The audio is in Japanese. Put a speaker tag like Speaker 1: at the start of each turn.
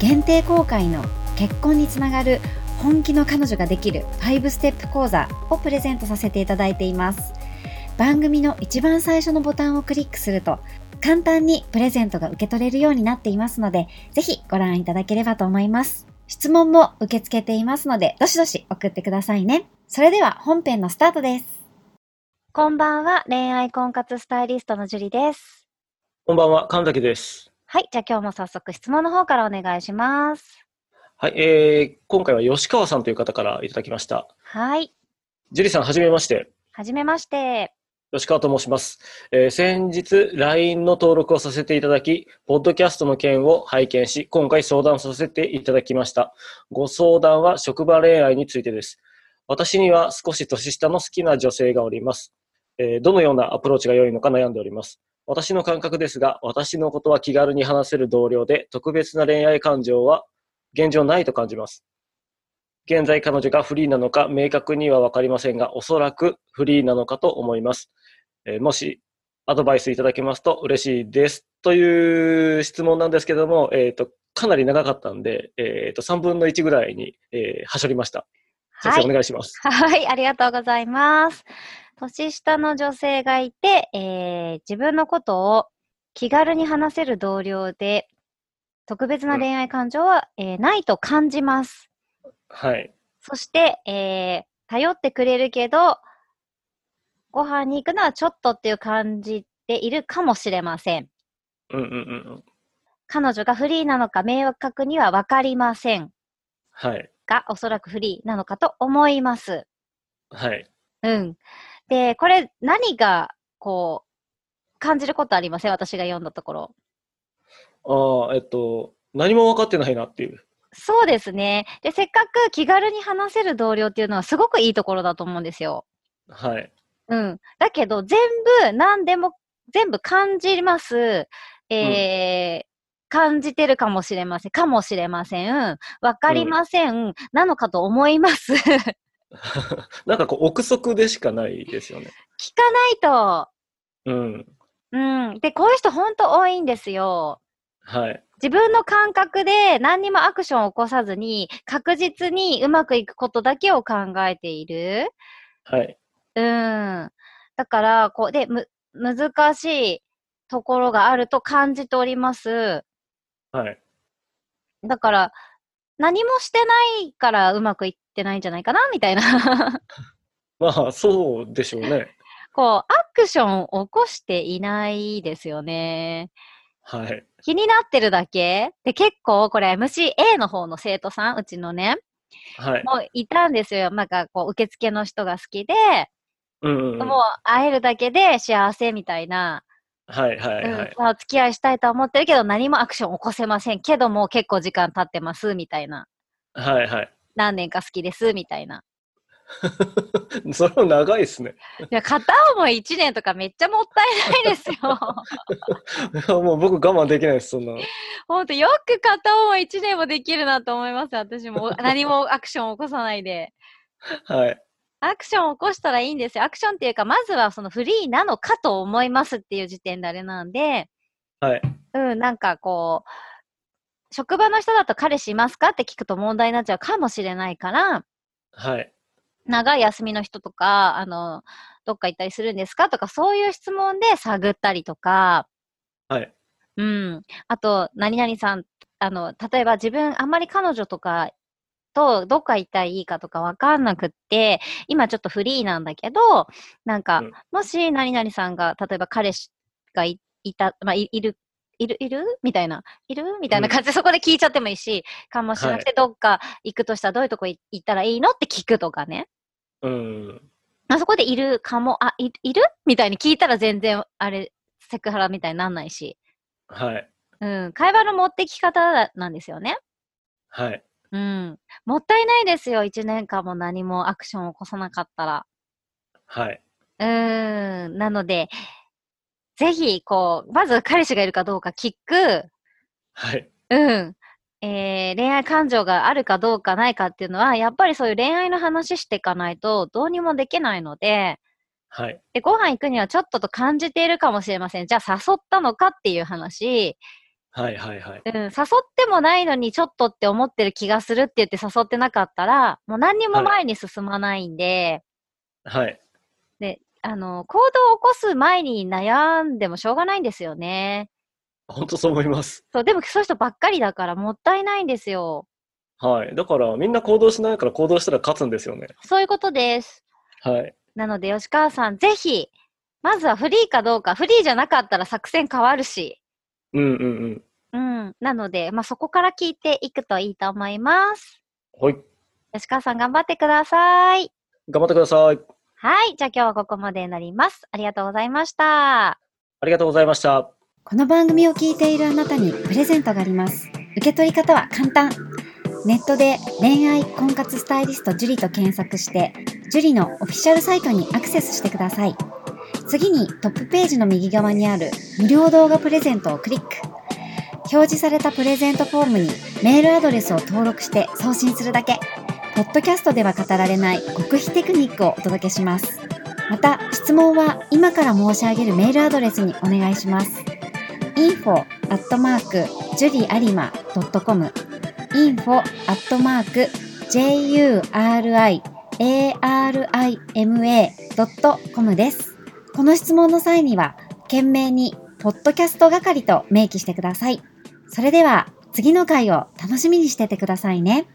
Speaker 1: 限定公開の結婚につながる本気の彼女ができる5ステップ講座をプレゼントさせていただいています番組の一番最初のボタンをクリックすると簡単にプレゼントが受け取れるようになっていますのでぜひご覧いただければと思います質問も受け付けていますのでどしどし送ってくださいねそれでは本編のスタートですこんばんは恋愛婚活スタイリストのジュリです
Speaker 2: こんばんは、神崎です。
Speaker 1: はい、じゃあ今日も早速質問の方からお願いします。
Speaker 2: はい、えー、今回は吉川さんという方からいただきました。
Speaker 1: はい、
Speaker 2: 樹里さん、はじめまして。
Speaker 1: はじめまして。
Speaker 2: 吉川と申します。えー先日、LINE の登録をさせていただき、ポッドキャストの件を拝見し、今回相談させていただきました。ご相談は職場恋愛についてです。私には少し年下の好きな女性がおります。えーどのようなアプローチが良いのか悩んでおります。私の感覚ですが、私のことは気軽に話せる同僚で、特別な恋愛感情は現状ないと感じます。現在彼女がフリーなのか明確にはわかりませんが、おそらくフリーなのかと思います。えーもしアドバイスいただけますと嬉しいです。という質問なんですけども、えっ、と、かなり長かったんで、えっ、と、3分の1ぐらいに、えーはしょりました。先
Speaker 1: は
Speaker 2: 生、
Speaker 1: い
Speaker 2: お、願いします。
Speaker 1: はい、ありがとうございます。年下の女性がいて、えー自分のことを気軽に話せる同僚で、特別な恋愛感情は、えーないと感じます。
Speaker 2: はい。
Speaker 1: そして、えー頼ってくれるけど、ご飯に行くのはちょっとっていう感じでいるかもしれません。
Speaker 2: うんうんうんうん。
Speaker 1: 彼女がフリーなのか明確には分かりません
Speaker 2: はい。
Speaker 1: が、おそらくフリーなのかと思います。
Speaker 2: はい。
Speaker 1: うん。で、これ何が、こう、感じることありません私が読んだところ。
Speaker 2: ああ、えっと、何も分かってないなっていう。
Speaker 1: そうですね。で、せっかく気軽に話せる同僚っていうのはすごくいいところだと思うんですよ。
Speaker 2: はい。
Speaker 1: うん。だけど、全部、何でも、全部感じます。えー感じてるかもしれません。かもしれません。わかりません。なのかと思います。 聞かない
Speaker 2: なんかこう、憶測でしかないですよね。
Speaker 1: と。
Speaker 2: うん。
Speaker 1: うん。で、こういう人ほんと多いんですよ。
Speaker 2: はい。
Speaker 1: 自分の感覚で何にもアクションを起こさずに、確実にうまくいくことだけを考えている。
Speaker 2: はい。
Speaker 1: うん。だから、こう、で、む、難しいところがあると感じております。
Speaker 2: はい。
Speaker 1: だから、何もしてないからうまくいってないんじゃないかな、みたいな。
Speaker 2: まあ、そうでしょうね。
Speaker 1: こう、アクションを起こしていないですよね。
Speaker 2: はい。
Speaker 1: 気になってるだけで、結構これ MCA の方の生徒さん、うちのね、
Speaker 2: はい。
Speaker 1: もういたんですよ。なんかこう、受付の人が好きで、
Speaker 2: うんうんうん。
Speaker 1: もう会えるだけで幸せみたいな、
Speaker 2: はいはいは
Speaker 1: うん
Speaker 2: い。
Speaker 1: まあお付き合いしたいとは思ってるけど、何もアクション起こせませんけども、結構時間経ってます、みたいな。
Speaker 2: はいはい。
Speaker 1: 何年か好きです、みたいな。
Speaker 2: それも長いですね。
Speaker 1: いや、片思い1年とかめっちゃもったいないですよ。
Speaker 2: もう僕我慢できないです、そんなの。
Speaker 1: ほんと、よく片思い1年もできるなと思います、私も。何もアクション起こさないで。
Speaker 2: はい。
Speaker 1: アクションを起こしたらいいんですよ。アクションっていうか、まずはそのフリーなのかと思いますっていう時点であれなんで、
Speaker 2: はい。
Speaker 1: うん、なんかこう、職場の人だと彼氏いますかって聞くと問題になっちゃうかもしれないから、
Speaker 2: はい。
Speaker 1: 長い休みの人とか、あの、どっか行ったりするんですかとか、そういう質問で探ったりとか、
Speaker 2: はい。
Speaker 1: うん。あと、何々さん、あの、例えば自分、あんまり彼女とかとどっか行ったらいいかとかわかんなくって、今ちょっとフリーなんだけど、なんか
Speaker 2: うん、
Speaker 1: もし何々さんが、例えば彼氏がいいた、まあ、いいる、いるいるみたいな。いるみたいな感じで、そこで聞いちゃってもいいし、かもしなくて、どっか行くとしたらどういうとこ行ったらいいのって聞くとかね。
Speaker 2: うん。
Speaker 1: あそこでいるかも、あ、いいるみたいに聞いたら全然、あれ、セクハラみたいになんないし。
Speaker 2: はい。
Speaker 1: うん、会話の持ってき方なんですよね。
Speaker 2: はい。
Speaker 1: うん。もったいないですよ、1年間も何もアクションを起こさなかったら。
Speaker 2: はい。
Speaker 1: うーん。なので、ぜひ、こう、まず彼氏がいるかどうか聞く、
Speaker 2: はい。
Speaker 1: うん。えー恋愛感情があるかどうかないかっていうのは、やっぱりそういう恋愛の話していかないとどうにもできないので、
Speaker 2: はい。
Speaker 1: で、ご飯行くにはちょっとと感じているかもしれません。じゃあ誘ったのかっていう話。
Speaker 2: はい。はい。はい。
Speaker 1: うん、誘ってもないのにちょっとって思ってる気がするって言って誘ってなかったら、もう何にも
Speaker 2: はい
Speaker 1: 前に進まないんで、
Speaker 2: はい。
Speaker 1: あの、行動を起こす前に悩んでもしょうがないんですよね。
Speaker 2: 本当そう思います。
Speaker 1: そう、でもそういう人ばっかりだからもったいないんですよ。
Speaker 2: はい。だから、みんな行動しないから行動したら勝つんですよね。
Speaker 1: そういうことです。
Speaker 2: はい。
Speaker 1: なので、吉川さん、ぜひ、まずはフリーかどうか、フリーじゃなかったら作戦変わるし、
Speaker 2: うんうんうん。
Speaker 1: うん。なので、まあ、そこから聞いていくといいと思います。
Speaker 2: はい。
Speaker 1: 吉川さん、頑張ってください。
Speaker 2: 頑張ってください。
Speaker 1: はい。じゃあ今日はここまでになります。ありがとうございました。
Speaker 2: ありがとうございました。
Speaker 3: この番組を聞いているあなたにプレゼントがあります。受け取り方は簡単。ネットで恋愛婚活スタイリスト樹と検索して、樹のオフィシャルサイトにアクセスしてください。次にトップページの右側にある無料動画プレゼントをクリック。表示されたプレゼントフォームにメールアドレスを登録して送信するだけ。ポッドキャストでは語られない極秘テクニックをお届けします。また、質問は今から申し上げるメールアドレスにお願いします。info アットマークジュリアリマドットコム info アットマーク juriarima ドットコムです。この質問の際には、件名にポッドキャスト係と明記してください。それでは次の回を楽しみにしててくださいね。